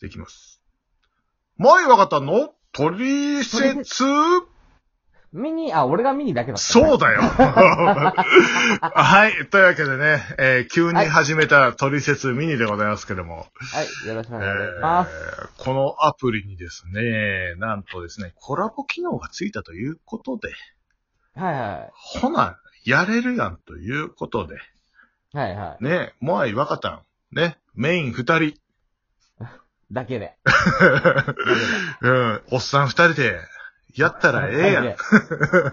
できます。前わかったの取説ミニ、あ、俺がミニだけだったね、そうだよ。 はい。というわけでね、えー急に始めた取説ミニでございますけども、はい、よろしくおえ願いします。ーこのアプリにですね、なんとですね、コラボ機能がついたということで、はいはほな、やれるやんということで、い。はいはね、モアイ若田ん、ね、メイン二人、い。だけで。 うん、おっさん二人で、やったらええやだん。けで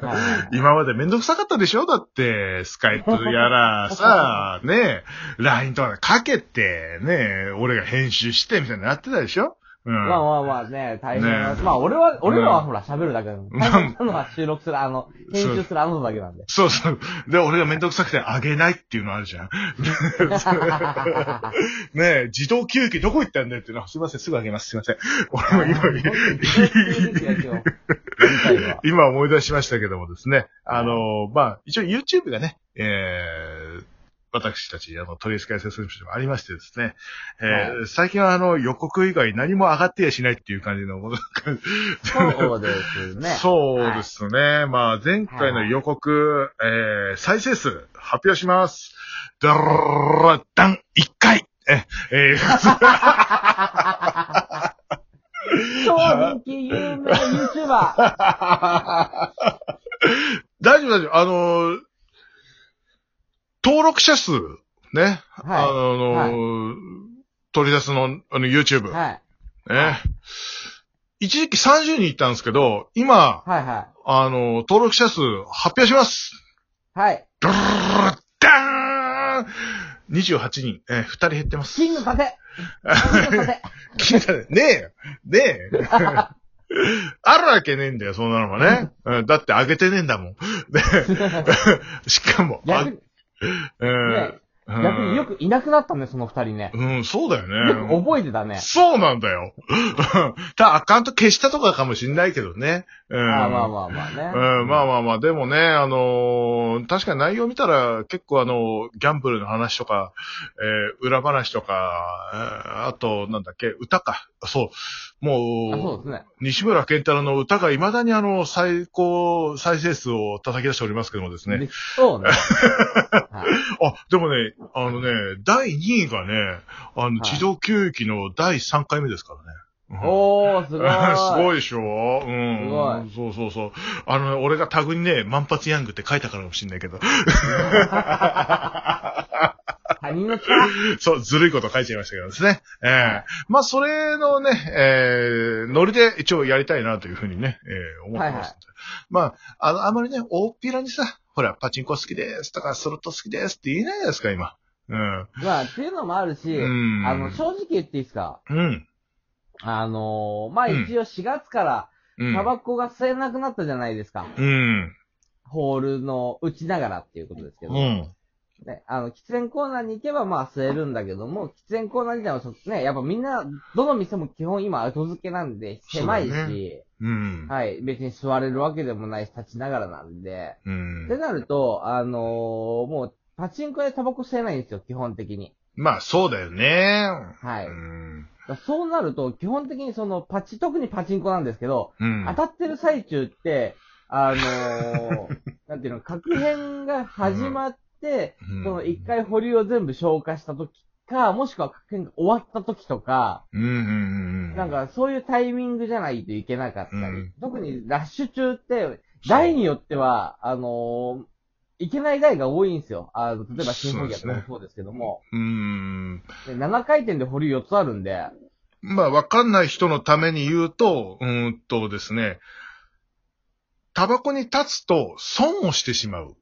はいはい 今までめんどくさかったでしょだって、スカイプや ら、さ、ね、LINE とかかけて、ね、俺が編集して、みたいなのやってたでしょうん。まあまあまあね、大変な。ねまあ俺は、俺らはうんほら喋るだけなの。ん大変なのは収録する、あの、編集するあのだけなんで。そうそう。で、俺がめんどくさくてあげないっていうのあるじゃん。ねえ、自動休憩どこ行ったんだよっていうのは、すいません、すぐあげます。すいません。俺も 今、 今思い出しましたけどもですね。あの、まあ、一応 YouTube がね、えー、私たち、あの、取り扱い説明書もありましてですね。えー最近はあの、予告以外何も上がってやしないっていう感じのことそうですね。 そうですね。まあ、前回の予告、えー、再生数、発表します。だらだん、1回。え、え ー超人気有名 YouTuber! 大丈夫、大丈夫。あのー登録者数、ね。あはのー取り出すの、あの、YouTube。い。はい。ね。一時期30人いったんですけど、今、はいはあのー登録者数発表します。い。はい。ドルルルルダーン !28 人、えー、2人減ってます。キング盾キング盾聞いたね。ねえよねえあるわけねえんだよ、そんなのはね。うんだってあげてねえんだもん。でしかも、 あ逆に、えーね、うん逆によくいなくなったね、その二人ね。うん、そうだよよくね。覚えてたね。そうなんだよ。 ただアカウント消したとかかもしんないけどね。うん、ああまあまあまあね。うん、まあまあまあ、でもね、あのー確かに内容見たら結構あの、ギャンブルの話とか、えー裏話とか、えーあと、なんだっけ、歌か。そう。あそもうう、ですね。西村健太郎の歌が未だにあの、最高再生数を叩き出しておりますけどもですね。でそ うね。はいあ、でもね、あのね、第2位がね、あの、はい自動給域の第3回目ですからね。うんおー、 すごい。すごいでしょうん。すそうそうそう。あのね、俺がタグにね、万発ヤングって書いたからかもしんないけど。 他人の力。そう、ずるいこと書いちゃいましたけどですね。ええまあ、それのね、ええノリで一応やりたいなというふうにね、ええ思ってますので。まあ、あの、あまりね、大っぴらにさ、ほら、パチンコ好きですとか、スロット好きですって言えないじゃないですか、今。うん。まあ、っていうのもあるし、うん。あの、正直言っていいですかうん。あのー、まあ一応4月から、うん。タバコが吸えなくなったじゃないですか。うん。ホールの打ちながらっていうことですけど。うん。ね、あの、喫煙コーナーに行けばまあ吸えるんだけども、喫煙コーナー自体はそね、やっぱみんな、どの店も基本今後付けなんで、狭いし、そうだうん。はい、別に座れるわけでもないし、立ちながらなんで、うんって。なると、あのーもう、パチンコでタバコ吸えないんですよ、基本的に。まあ、そうだよね。はい。うん。だからそうなると、基本的にその、パチ、特にパチンコなんですけど、うん。当たってる最中って、あの ーなんていうの、核変が始まって、うんその一回保留を全部消化した時か、もしくは核変が終わった時とか、うんうんうんうん。なん、かそういうタイミングじゃないといけなかったり、うん特にラッシュ中って、台によっては、あのーいけない台が多いんですよ。あの、例えば新本屋とかもそうですけども、うん。で7回転で保留4つあるんで、まあ、わかんない人のために言うと、うーんとですね、タバコに立つと損をしてしまう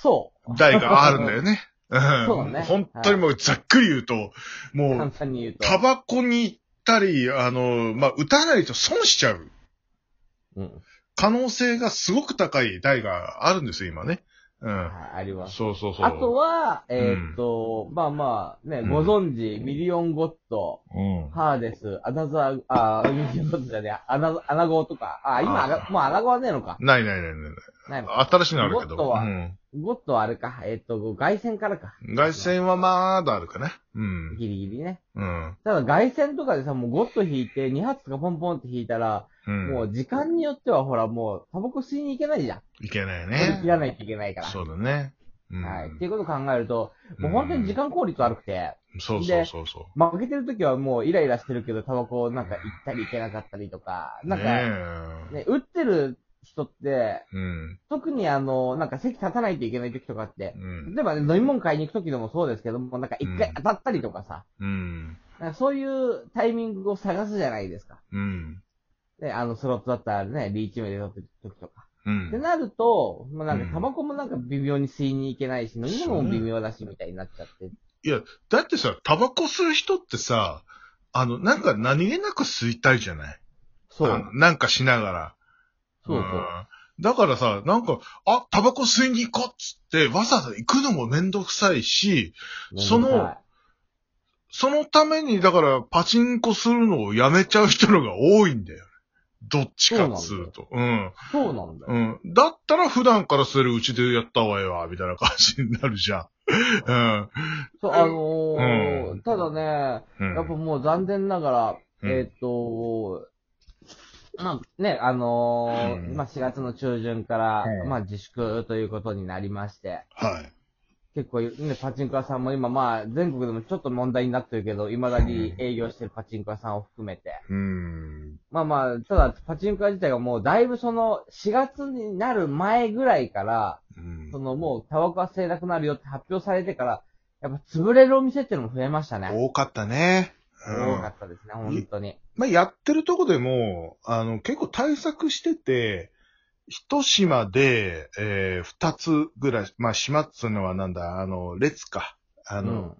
そう。台があるんだよ ね。うんそうね本当にもうざっくり言うと、も簡う、単に言うと。タバコに行ったり、あの、まあ、打たないと損しちゃううん。可能性がすごく高い台があるんですよ、今ね。うん。はい、あります。そうそうそう。あとは、えーっと、まあまあ、ね、うんご存知、ミリオンゴッド、うん。ハーデス、アナザー、あ ー、ミリオンゴッドじゃねえ、アナ、アナゴとか、あー、今、あがもうアナゴはねえのか。ないないないないない。ないのか。新しいのあるけゴッドど。うはん。ゴッドはあれか、えーっと、外線からか。外線はまだあるかね。うん。ギリギリね。うん。ただ外線とかでさ、もうゴッド引いて、2発とかポンポンって引いたら、うん。もう時間によってはほら、もう、タバコ吸いに行けないじゃん。いけない取りね切。らないといけないから。そうだね。うんはい。っていうことを考えると、もう本当に時間効率悪くて、そうそうそうそ負けてる時はもうイライラしてるけど、タバコをなんか行ったり行けなかったりとか、う。なんか、ねねえ打ってる人って、うん。特にあの、なんか席立たないといけない時とかってう、ん。例えばね、飲み物買いに行く時でもそうですけども、なんか一う回ん当たったりとかさ、うん。なんかそういうタイミングを探すじゃないですか。うん。で、あの、スロットだったらね、リーチ目で取ってる時とか。うってん。なると、まあなんうんか、タバコもなんか微妙に吸いに行けないし、飲み物も微妙だし、みたいになっちゃって。だってさ、タバコ吸う人ってさ、あの、なんか何気なく吸いたいじゃないそう。あのなんかしながら。そうそう。うんだからさ、なんか、あ、タバコ吸いに行こうっつって、わざわざ行くのもめんどくさいし、そのめんどくさいそのために、だから、パチンコするのをやめちゃう人のが多いんだよ。どっちかっつうと。うん。そうなんだよ。うん。だったら普段からそれうちでやった方がええわ、みたいな感じになるじ ゃん。そう、あのーうんただね、うん。やっぱもう残念ながら、うんえーっ、とまあね、あのーうんまあ4月の中旬から、うんまあ自粛ということになりまして、はい。結構ね、パチンコ屋さんも今まあ全国でもちょっと問題になってるけど、未だに営業してるパチンコ屋さんを含めて、うん。まあまあ、ただパチンコ屋自体がもうだいぶその4月になる前ぐらいから、うんそのもうタバコは吸えなくなるよって発表されてから、やっぱ潰れるお店っていうのも増えましたね。多かったね。うん多かったですね、本当に。まあ、やってるとこでも、あの、結構対策してて、一島で、えー、二つぐらい、まあ、島っつうのはなんだ、あの、列か。ああの、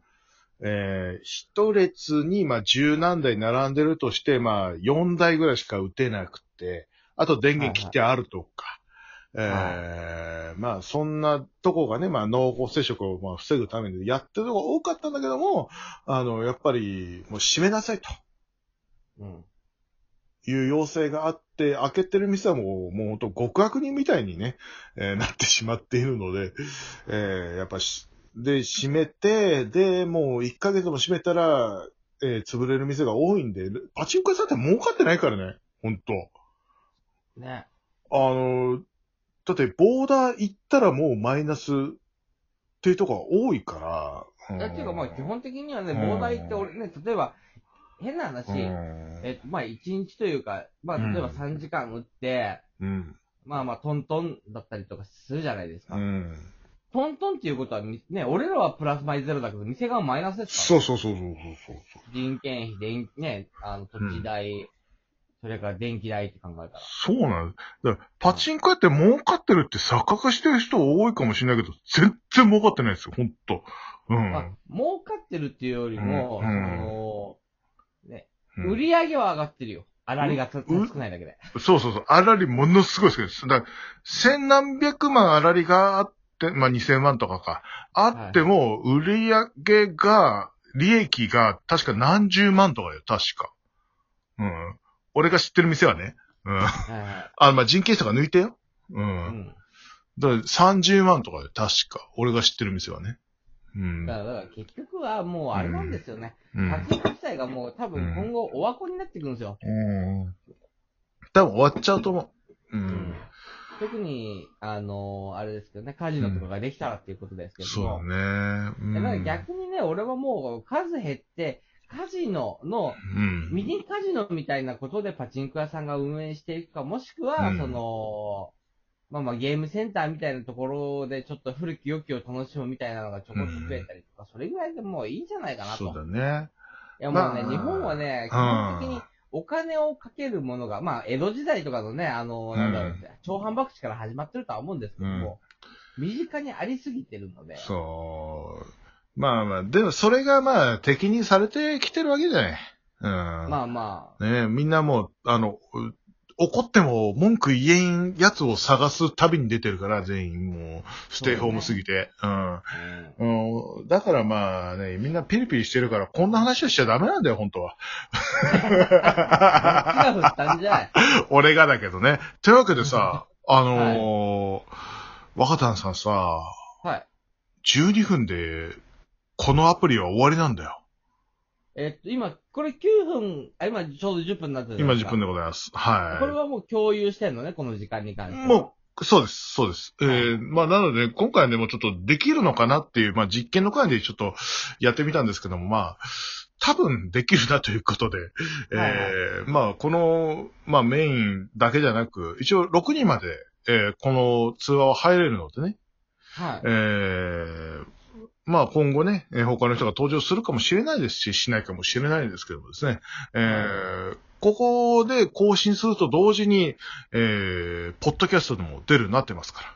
えー一列に、まあ、十何台並んでるとして、まあ、四台ぐらいしか打てなくて、あと電源切ってあるとか、えーまあ、そんなとこがね、まあ、濃厚接触をまあ防ぐためにやってるとこが多かったんだけども、あの、やっぱり、もう閉めなさいとうん。いう要請があって、開けてる店はもう、もう本当極悪人みたいにね、えーなってしまっているので、えーやっぱし、で、閉めて、で、もう1ヶ月も閉めたら、えー潰れる店が多いんで、パチンコ屋さんって儲かってないからね、本当ね。あの、だってボーダー行ったらもうマイナスっていうとこが多いから。いや、っていうかまあ基本的にはね、うん膨大って俺ね、例えば、変な話、うんえっと、まあ1日というか、まあ例えばうん3時間打って、うん。まあまあトントンだったりとかするじゃないですか。うん。トントンっていうことはみ、ね、俺らはプラスマイゼロだけど、店側はマイナスですかそうそうそうそうそうそう。ら。人件費、電ね、あの、土地代、それから電気代って考えたら。そうなんです。だからパチンコ屋って儲かってるって錯覚してる人多いかもしれないけど、全然儲かってないですよ、ほんと。うん。まあ、儲かってるっていうよりも、うんうんその、ね、うん売り上げは上がってるよ。あらりがつ少ないだけで。そうそうそう。あらりものすごいですけど、だから千何百万あらりがあって、まあ、二千万とかか。あっても、売り上げが、利益が、確か何十万とかよ、確か。うん。俺が知ってる店はね。うん。はいはいあ、まあ、人件費とか抜いてよ。う。うんん。だから30万とかよ、確か。俺が知ってる店はね。うん。だから、だから結局はもうあれなんですよね。うんパチンコ自体がもう多分今後オワコンになってくるんですよ。うん。多分終わっちゃうと思う。うん。特に、あのあれですけどね、カジノとかができたらっていうことですけどそうも。だね。うだからん。逆にね、俺はもう数減って、カジノの、うん。ミニカジノみたいなことでパチンコ屋さんが運営していくか、もしくは、うんその、まあまあゲームセンターみたいなところでちょっと古き良きを楽しむみたいなのがちょこちょこ増えたりとか、それぐらいでもういいんじゃないかなと。そうだね。いやもうね、まあ日本はね、基うん本的にお金をかけるものが、まあ江戸時代とかのね、あの、なんだろう、うん長藩博士から始まってるとは思うんですけども、身近にありすぎてるので、そう。まあまあ、でもそれがまあ敵にされてきてるわけじゃない。うん。まあまあ、ねえみんなもう、あの、う怒っても文句言えんやつを探す旅に出てるから、全員もう、ステイホームすぎて。うん。うん、だからまあね、みんなピリピリしてるから、こんな話をしちゃダメなんだよ、本当は。手が振ったんじゃない 俺がだけどね。というわけでさ、あのー若田さんさ、はい。 12分で、このアプリは終わりなんだよ。えっと、今、これ9分、あ、今ちょうど10分になってるじゃ今ないで10すか分でございます。はこれはもう共有してんのね、この時間に関い。しては。もう、そうです、そうです。えーまあなので、今回ね、もうちょっとできるのかなっていう、まあ実験の回でちょっとやってみたんですけども、まあ、多分できるなということで、えーはいはまあこの、まあメインだけじゃなく、一応6人まで、えーこの通話は入れるのでね、はい。えーまあ今後ね、えー他の人が登場するかもしれないですし、しないかもしれないですけどもですね、えーここで更新すると同時に、えーポッドキャストでも出るようになってますか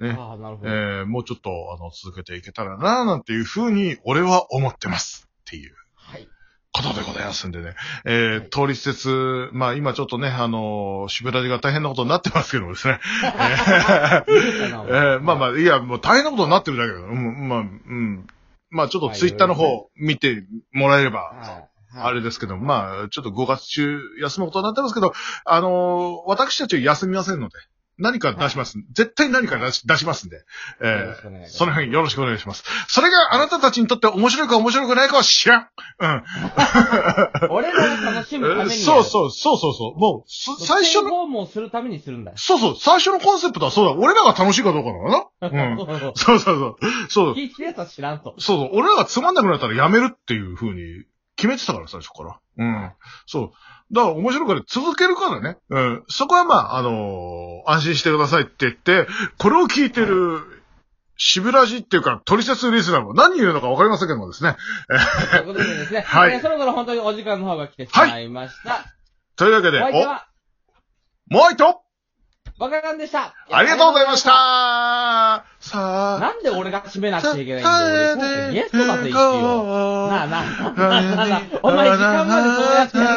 ら、ね、ああ、なるほど。えーもうちょっとあの続けていけたらな、なんていうふうに俺は思ってますっていう。はい。ことでございますんでね。えー、通り施設、まあ今ちょっとね、あのー、渋谷が大変なことになってますけどもですね。 えーえーまあまあ。あ、いや、もう大変なことになってるだけだよ。うん、まあ、うん。まあ、ちょっとツイッターのまあいろい方見てもらえれば、はい。あれですけど、まあ、ちょっと5月中休むことになってますけど、あのー私たちは休みませんので、何か出します。絶対何か出し出しますんで、よろえしくお願ー、いしますその辺よろしくお願いします。それがあなたたちにとって面白いか面白くないかは知らん。うん。俺らが楽しむためにやる。そうそう、そうそうそう。もう、す最初の。の、訪問するためにするんだよ。そうそう、最初のコンセプトはそうだ。俺らが楽しいかどうかなのかなうん。 聞そうそうそう。そう。いてるやつは知らん と。そうそう、俺らがつまんなくなったらやめるっていう風に決めてたから、最初から。うん。そう。だから面白いから続けるからね。うん。そこはまあ、あのー安心してくださいって言って、これを聞いてる、渋ラジっていうか、トリセツリスナーも何人いるのかわかりませんけどもですね。ということでですね。はいえーそろそろ本当にお時間の方が来てしまいました。というわけおで、お、相手は、もう一度若干でした。ありがとうございましたさあ、なんで俺が締めなくちゃいけないんさだよ。あゲストだぜ、一応。なあなあ、なあなあ、お前時間までそうやってやる